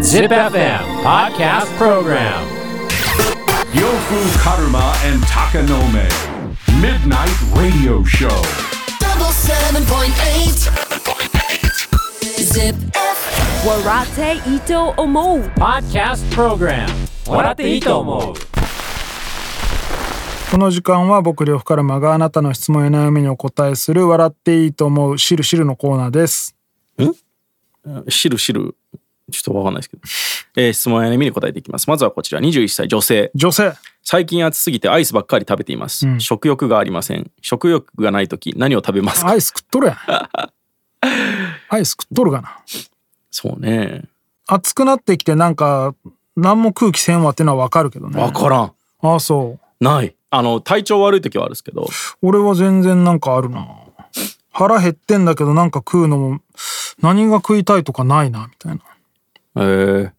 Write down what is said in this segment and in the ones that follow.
Zip FM Podcast Program Yofu Karuma and Takanome. Midnight Radio Show. double seven point eight. Zip. Warate Ito Omo. Podcast Program 笑っていいと思うこの時間は僕呂布カルマがあなたの質問や悩みにお答えする笑っていいと思うしるしるのコーナーです知る知る。ちょっとわかんないですけど。 えー質問や悩みに答えていきます。まずはこちら、21歳女性。女性最近暑すぎてアイスばっかり食べています。食欲がありません。食欲がないとき、何を食べますかアイス食っとるやんアイス食っとるかなそうね。暑くなってきてなんか何も空気せんわってのはわかるけどねわからん。ああそうない。あの、体調悪いときはあるんですけど、俺は全然なんかあるな腹減ってんだけどなんか食うのも何が食いたいとかないなみたいなえー、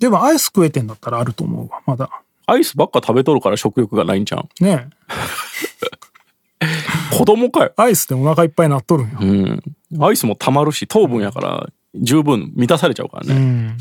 でもアイス食えてんだったらあると思うわまだアイスばっか食べとるから食欲がないんじゃん。ねえ子供かよ。アイスでお腹いっぱいなっとるんよ、うん。アイスも溜まるし、糖分やから、十分満たされちゃうからね。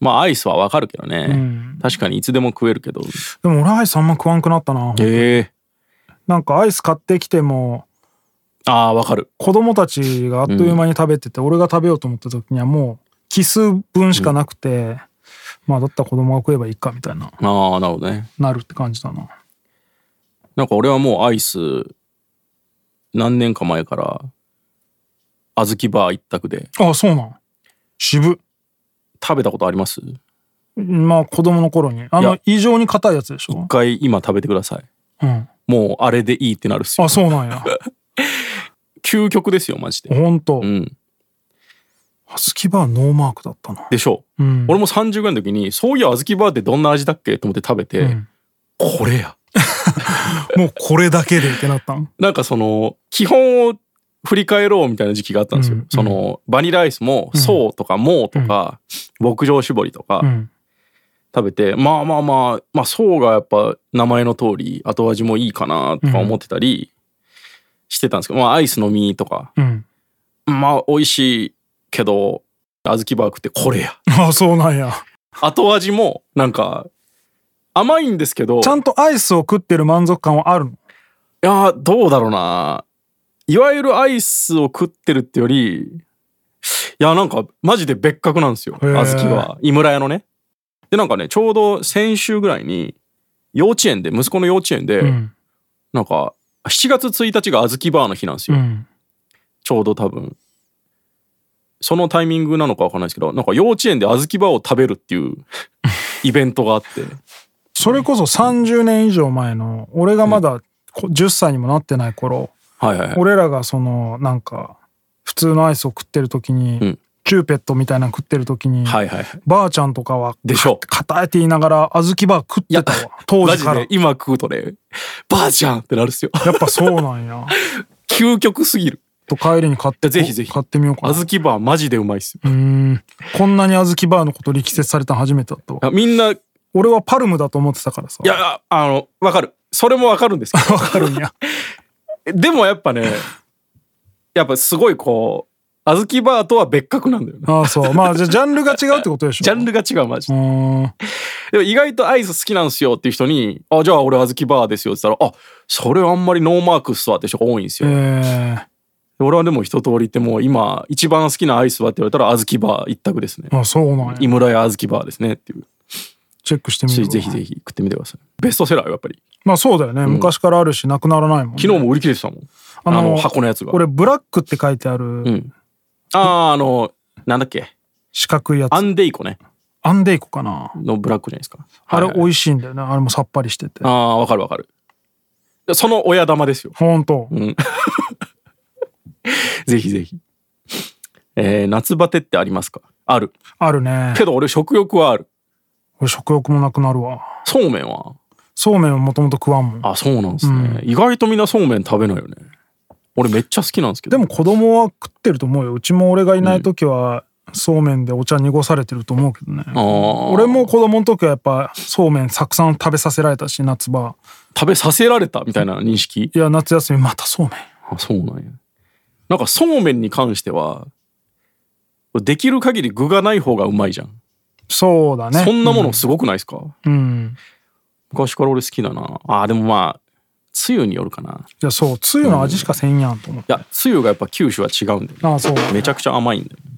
まあ、アイスはわかるけどね。確かにいつでも食えるけど。でも俺アイスあんま食わんくなったなええなんかアイス買ってきてもああ、わかる。子供たちがあっという間に食べてて、俺が食べようと思った時にはもう奇数分しかなくて、まあだったら子供が食えばいいかみたいなああ、なるほどね。なるって感じだななんか俺はもうアイス、何年か前から、小豆バー一択で、あそうなん渋食べたことありますまあ子供の頃にあいのや異常に硬いやつでしょ一回今食べてください。うんもうあれでいいってなるっすよあ。そうなんや究極ですよ、マジで。ほんとうん。スキバーノーマークだったなでしょう。うん俺も30ぐらいの時に、そういや小豆バーってどんな味だっけと思って食べて、うんこれや。もうこれだけでってなったんなんかその、基本を振り返ろうみたいな時期があったんですよ。うんその、バニラアイスも、そうとかもうとか、牧場絞りとか、うん食べてまあまあまあまあ層がやっぱ名前の通り後味もいいかなとか思ってたりしてたんですけど、まあアイスの実とかうんまあ美味しいけど小豆バークってこれやあそうなんや後味もなんか甘いんですけどちゃんとアイスを食ってる満足感はあるのいやーどうだろうないわゆるアイスを食ってるってよりいやなんかマジで別格なんですよへー小豆は井村屋のねでなんかねちょうど先週ぐらいに幼稚園で息子の幼稚園で、うんなんか、7月1日が小豆バーの日なんですうよ。んちょうど多分。そのタイミングなのかわかんないですけど、なんか幼稚園で小豆バーを食べるっ ていうイベントがあって。それこそ30年以上前の俺がまだこ10歳にもなってない頃、はいはいはい。俺らがそのなんか普通のアイスを食ってる時に、んチューペットみたいなの食ってる時に、はいはいはい。ばあちゃんとかはでしょう硬いって言いながら小豆バー食ってたわ当マ時ジからやで今食うとね、ばあちゃんってなるっすよ。っぱそうなんや究極すぎる。と帰りに買ってぜひぜひ買ってみようかな小豆バーマジでうまいっすよ。うーんこんなに小豆バーのこと力説されたの初めてだったわいやみんな、い俺はパルムだと思ってたからさや、あの、わかる。それもわかるんですけど。わかるんや でもやっぱね、やっぱすごいこう、小豆バーとは別格なんだよな。ああそうまあじゃあジャンルが違うってことでしょジャンルが違うマジでうーんでも意外とアイス好きなんすよっていう人に「あじゃあ俺小豆バーですよ」って言ったら「あそれはあんまりノーマークっすわ」って人が多いんですよ。えーで俺はでも一通り言ってもう今一番好きなアイスはって言われたら小豆バー一択ですね。あそうなんや井村屋小豆バーですねっていう。チェックしてみぜるひぜひぜひ食ってみてください。ベストセラーよやっぱり。まあそうだよね、昔からあるしなくならないもんね、昨日も売り切れてたもん。あのあの箱のやつが。俺ブラックって書いてあうるん。あああのなんだっけ四角いやつ、アンデイコねアンデイコかなのブラックじゃないですか。あれはいはい美味しいんだよねあれもさっぱりしててああわかるわかる。その親玉ですよ。ほんとぜひぜひ。えー夏バテってありますかある。あるね けど俺食欲はある。俺食欲もなくなるわそうめんはそうめんはもともと食わんもんあ、そうなんですね、意外とみんなそうめん食べないよね。俺めっちゃ好きなんですけでど。も子供は食ってると思うようちも俺がいない時はそうめんでお茶濁されてると思うけどねも俺も子供の時はやっぱそうめんたくさん食べさせられたし夏場食べさせられたみたいな認識。いや夏休みまたそうめんあ、そうなんや。なんかそうめんに関しては、できる限り具がない方がうまいじゃん。そうだねそんなものすごくないですか、うん昔から俺好きだな。ああ、でもまあ、つゆによるかな。いやそうつゆの味しかせんやんと思っいや、つゆがやっぱ九州は違うんだよね。たああそうめちゃくちゃ甘いんだよね。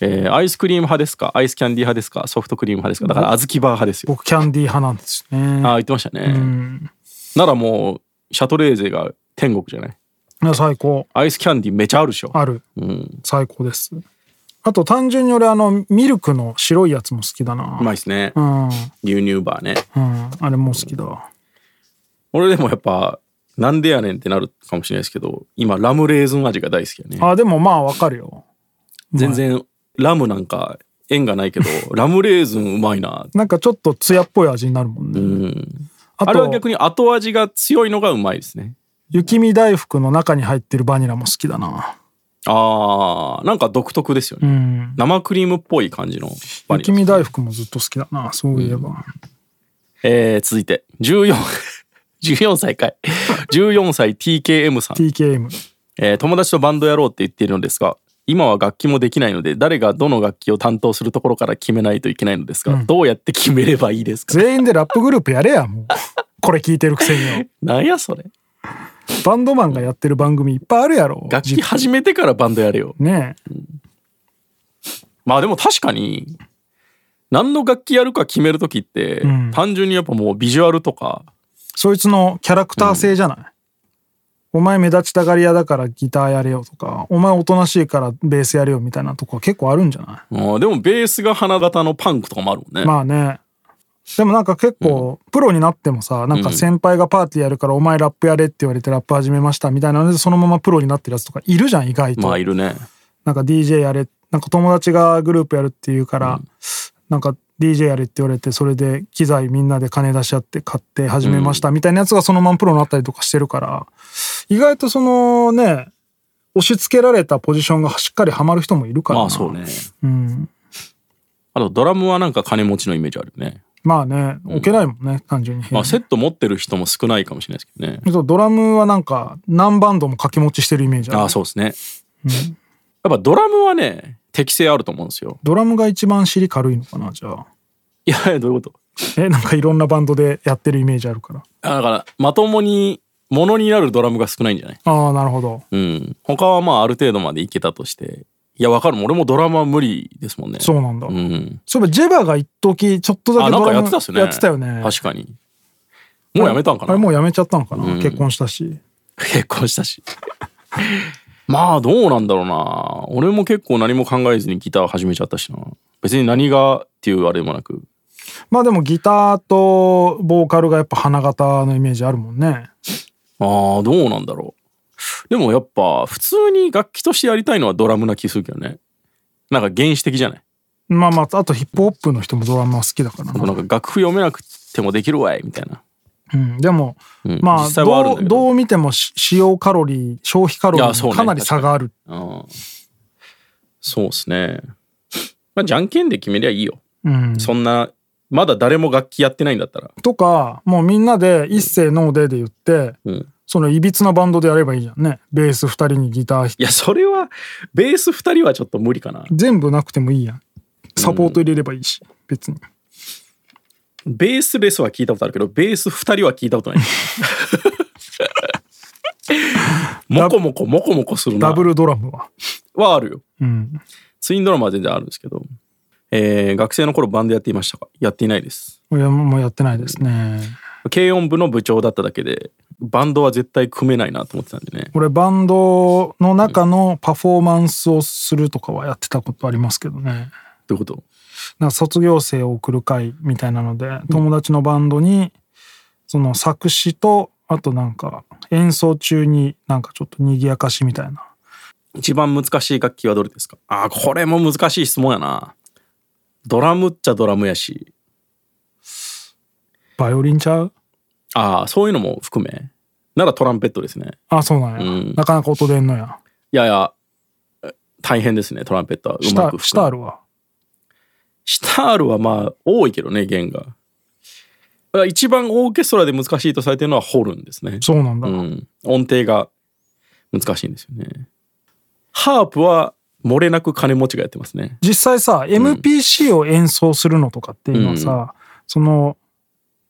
えーアイスクリーム派ですかアイスキャンディー派ですかソフトクリーム派ですかだから小豆バー派ですよ。僕キャンディー派なんですよねああ、言ってましたね。うんならもう、シャトレーゼが天国じゃないいや最高アイスキャンディーめちゃあるでしょ。あるうん。最高ですあと単純に俺あのミルクの白いやつも好きだなうまいですね。うん、うん、牛乳バーね。あれも好きだわ俺でもやっぱ、なんでやねんってなるかもしれないですけど、今、ラムレーズン味が大好きやね。あでもまあわかるよ全然、ラムなんか縁がないけど、 ラムレーズンうまいな。なんかちょっとツヤっぽい味になるもんね、うん。ああれはと逆に後味が強いのがうまいですね。雪見大福の中に入ってるバニラも好きだなあー、なんか独特ですようね。ん生クリームっぽい感じのバニ雪ラ。見大福もずっと好きだなそういえば、えー、続いて、14、14歳かい。14歳 TKM さん。 TKM えー友達とバンドやろうって言っているのですが今は楽器もできないので誰がどの楽器を担当するところから決めないといけないのですが、どうやって決めればいいですか全員でラップグループやれや もうこれ聞いてるくせによなんやそれバンドマンがやってる番組いっぱいあるやろ楽器始めてからバンドやれよねえまあでも確かに何の楽器やるか決める時って、ん単純にやっぱもうビジュアルとかそいつのキャラクター性じゃない、お前目立ちたがり屋だからギターやれよとかお前おとなしいからベースやれよみたいなとこ結構あるんじゃないうんでもベースが花形のパンクとかもあるもんね、まあね。でもなんか結構、プロになってもさ、なんか先輩がパーティーやるからお前ラップやれって言われてラップ始めましたみたいなので、そのままプロになってるやつとかいるじゃん、意外と。まあいるねなんか DJ やれ、なんか友達がグループやるって言うから、なんか DJ やれって言われて、それで機材みんなで金出し合って買って始めましたみたいなやつがそのままプロになったりとかしてるから、意外とそのね、押し付けられたポジションがしっかりハマる人もいるからな。まあそうねうん。あとドラムはなんか金持ちのイメージあるよねまあね、置けないもんね、単純に。まあセット持ってる人も少ないかもしれないですけどねそうドラムはなんか何バンドも掛け持ちしてるイメージあるああそうですね、やっぱドラムはね適性あると思うんですよドラムが一番尻軽いのかなじゃあいやいやどういうことえなんかいろんなバンドでやってるイメージあるからあだからまともにものになるドラムが少ないんじゃないああなるほどうん他はまあある程度までいけたとしていやわかるもん俺もドラムは無理ですもんねそうなんだ、うんそういえばジェバが一時ちょっとだあけなんドかラムやってたっすよねやってたよね確かにもうやめたんかあなれもうやめちゃったのかな、結婚したし結婚したし まあどうなんだろうな俺も結構何も考えずにギター始めちゃったしな別に何がっていうあれでもなくまあでもギターとボーカルがやっぱ花形のイメージあるもんねああ、どうなんだろう。でもやっぱ、普通に楽器としてやりたいのはドラムな気するけどね。なんか原始的じゃないまあまああとヒップホップの人もドラムは好きだからな、なんか楽譜読めなくてもできるわい、みたいな。うん、でも、んまあ実際はあるんどだうけどどう見てもし使用カロリー消費カロリいやーそうにねかなり差があるうんそうですね。まあ、じゃんけんで決めりゃいいよ。うんそんな、まだ誰も楽器やってないんだったら。とかもうみんなで一斉ノーデーで言って、んそのいびつなバンドでやればいいじゃんねベース2人にギターいや、それは、ベース2人はちょっと無理かな。全部なくてもいいやんサポート入れればいいし、別にベースレスは聞いたことあるけど、ベース2人は聞いたことない。 もこもこもこもこするなダブルドラムははあるよ。うんツインドラマは全然あるんですけど、えー学生の頃バンドやっていましたかやっていないです。いやもうやってないですね軽音部の部長だっただけで、バンドは絶対組めないなと思ってたんでね。俺バンドの中のパフォーマンスをするとかはやってたことありますけどねどういうことなんか卒業生を送る会みたいなので友達のバンドにその作詞とあとなんか演奏中になんかちょっと賑やかしみたいな一番難しい楽器はどれですかあー、これも難しい質問やな。ドラムっちゃドラムやし、バイオリンちゃうああ、そういうのも含め、ならトランペットですね。あそうなんや、んなかなか音出んのやいやいや、え大変ですね、トランペットは。うシまタく吹くシタールはシタールはまあ多いけどね、弦が。だから一番オーケストラで難しいとされてるのはホルンですね。そうなんだ、うん、音程が難しいんですよね。ハープは漏れなく金持ちがやってますね。実際さ MPC を演奏するのとかっていうのはさ、その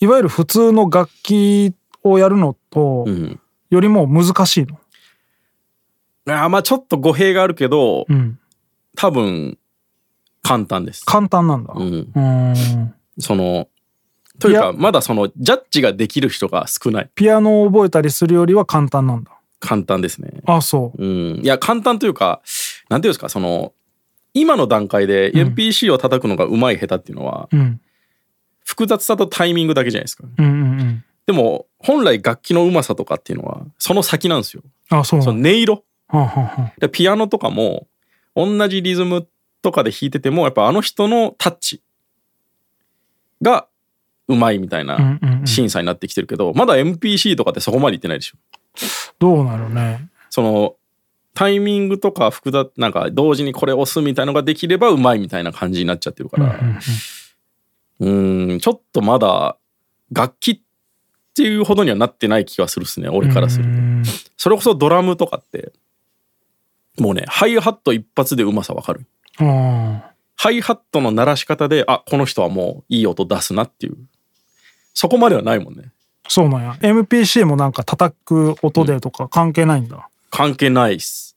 いわゆる普通の楽器をやるのとうん。よりも難しいの、あーまあちょっと語弊があるけど、うん、多分、簡単です。簡単なんだ、うん。うんその、といういか、やまだその、ジャッジができる人が少ない。ピアノを覚えたりするよりは簡単なんだ簡単ですね。あそううん、いや簡単というかなんていうんですかその今の段階で NPC を叩くのがうまい下手っていうのは、うん複雑さとタイミングだけじゃないですかうんうんうんでも本来楽器のうまさとかっていうのはその先なんですよあそうそのは音色あはあはでピアノとかも同じリズムとかで弾いててもやっぱあの人のタッチがうまいみたいあうなんうんうん審査になってきてるけど、まだ NPC とかってそこまでいってないでしょどうなるねそのタイミングとか複雑なんか同時にこれ押すみたいのができればうまいみたいな感じになっちゃってるからうーんちょっとまだ楽器っていうほどにはなってない気がするっすね俺からするとうんそれこそドラムとかってもうねハイハット一発でうまさわかるあハイハットの鳴らし方であこの人はもういい音出すなっていうそこまではないもんねーそうなんや MPC もなんか叩く音でとか関係ないんだ、関係ないっす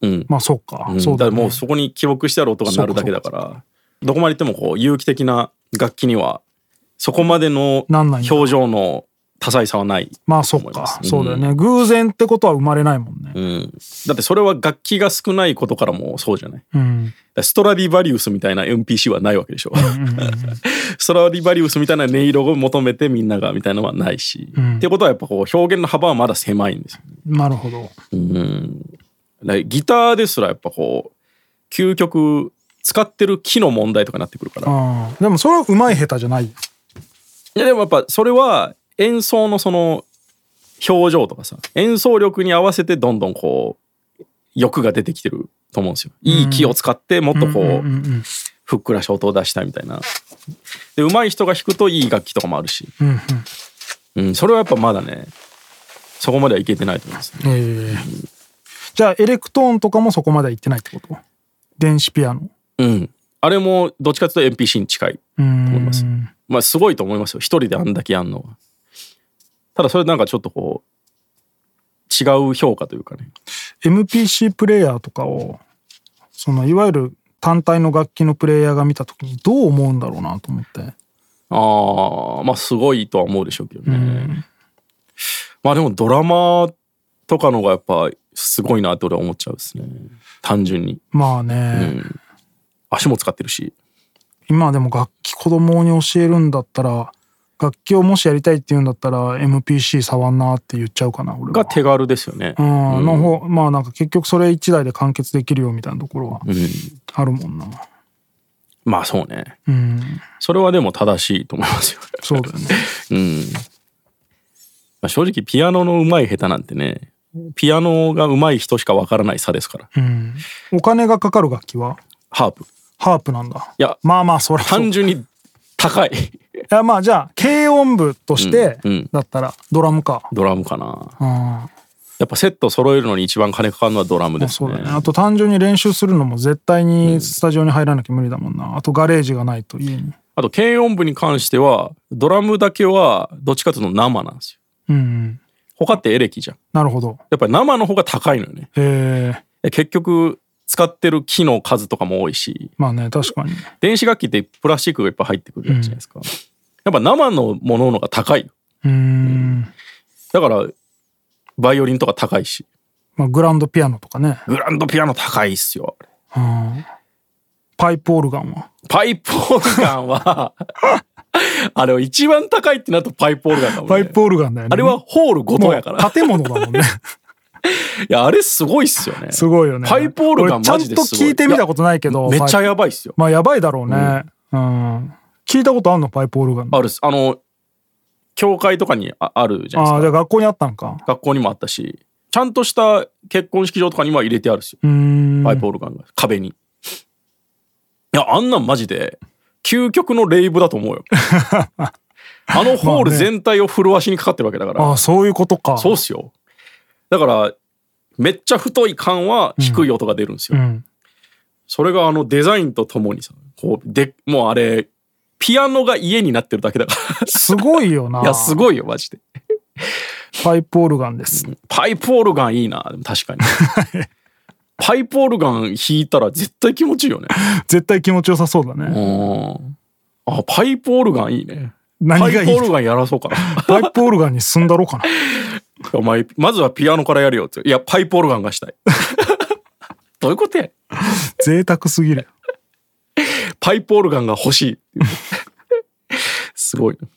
うんまあそうか、うんそうだだ,、からもうそこに記憶してある音が鳴るだけだからどこまで行ってもこう有機的な楽器にはそこまでのなんないんだ表情の多彩さはない、まあそっ思いまかす、うんそうだよね偶然ってことは生まれないもんねうん、だってそれは楽器が少ないことからもそうじゃないだかうん、らストラディバリウスみたいな NPC はないわけでしょ ストラディバリウスみたいな音色を求めてみんながみたいなのはないし、うんってことはやっぱこう表現の幅はまだ狭いんですよねなるほどうんだからギターですらやっぱこう究極使ってる木の問題とかになってくるからあーでもそれは上手い下手じゃないいやでもやっぱそれは演奏のその表情とかさ演奏力に合わせてどんどんこう欲が出てきてると思うんですよ。いい気を使ってもっとこう,、ふっくらした音を出したいみたいな。で上手い人が弾くといい楽器とかもあるし、うん、それはやっぱまだねそこまではいけてないと思います、ね。えーじゃあエレクトーンとかもそこまでは行ってないってこと電子ピアノうん、あれもどっちかというと NPC に近いと思います。まあすごいと思いますよ一人であんだけやんのは。ただそれなんかちょっとこう違う評価というかね。 MPC プレイヤーとかをそのいわゆる単体の楽器のプレイヤーが見た時にどう思うんだろうなと思ってああ、まあすごいとは思うでしょうけどね。まあでもドラマとかのがやっぱすごいなって俺は思っちゃうですね。単純に。まあね、足も使ってるし。今でも楽器子供に教えるんだったら楽器をもしやりたいって言うんだったら MPC 触んなって言っちゃうかな俺がは。手軽ですよね。うん、の方まあなんか結局それ一台で完結できるよみたいなところはうんあるもんな。まあそうね。うん、それはでも正しいと思いますよ。そうだよね。うん。 まあ、正直ピアノの上手い下手なんてね、ピアノが上手い人しかわからない差ですから。うん、お金がかかる楽器はハープ。いハープなんだ。や、まあまあそらそう単純に高い。いやまあじゃあ軽音部としてうんうんだったらドラムか。ドラムかな。うんやっぱセット揃えるのに一番金かかるのはドラムですそうね。だね。あと単純に練習するのも絶対にスタジオに入らなきゃ無理だもんな。あとガレージがないと家に。あと軽音部に関してはドラムだけはどっちかというと生なんですよ。うん、うん。他ってエレキじゃん。なるほど。やっぱり生の方が高いのよね。へえ。で結局使ってる木の数とかも多いしまあね、確かに。電子楽器ってプラスチックがいっぱい入ってくるじゃないですか。やっぱ生のものの方が高いよ。うーん。だからバイオリンとか高いしまあグランドピアノとかね。グランドピアノ高いっすよ。うん。パイプオルガンは。パイプオルガン はあれは一番高いってなるとパイプオルガンだもんね。パイプオルガンだよね。あれはホールごもとうやから。建物だもんね。いや、あれすごいっすよね。 すごいよね。パイプオルガン俺ちゃマんジでとすごい。聞いてみたことないけど。めっちゃパイやばいっすよ。まあやばいだろうね。うん。聞いたことあんのパイプオルガン。あるっす。あの、教会とかにああるじゃないああ、でじゃすあか。学校にあったんか。学校にもあったし、ちゃんとした結婚式場とかには入れてあるっすよ。うーん。パイプオルガンが、壁に。いや、あんなんマジで、究極のレイブだと思う よ。あのホール全体をフロアしにかかってるわけだから。ああ、そういうことか。そうっすよ。だから、めっちゃ太い管は低い音が出るんですよ。うん。それがあのデザインとともにさ、こう、で、もうあれ、ピアノが家になってるだけだかすごいよなら。いや、すごいよ、マジで。パイプオルガンです、パイプオルガンいいな、でも 確かに。パイプオルガン弾いたら絶対気持ちいいよね。絶対気持ちよさそうだね、うん。あ、パイプオルガンいいね。何パがいイいプオルガンやらそうかな。 パイプオルガンに進んだろうかなお前、まずはピアノからやるよって。いや、パイプオルガン がしたい。どういうことや贅沢すぎるパイプオルガンが欲しいっていう。 すごいな。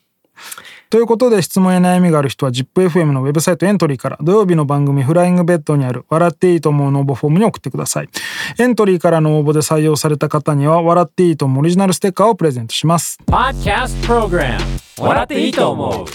ということで質問や悩みがある人は ZIPFM のウェブサイトエントリーから土曜日の番組「フライングベッド」にある「笑っていいと思う」の応募フォームに送ってくださいエントリーからの応募で採用された方には「笑っていいと思う」オリジナルステッカーをプレゼントします Podcast Program 笑っていいと思う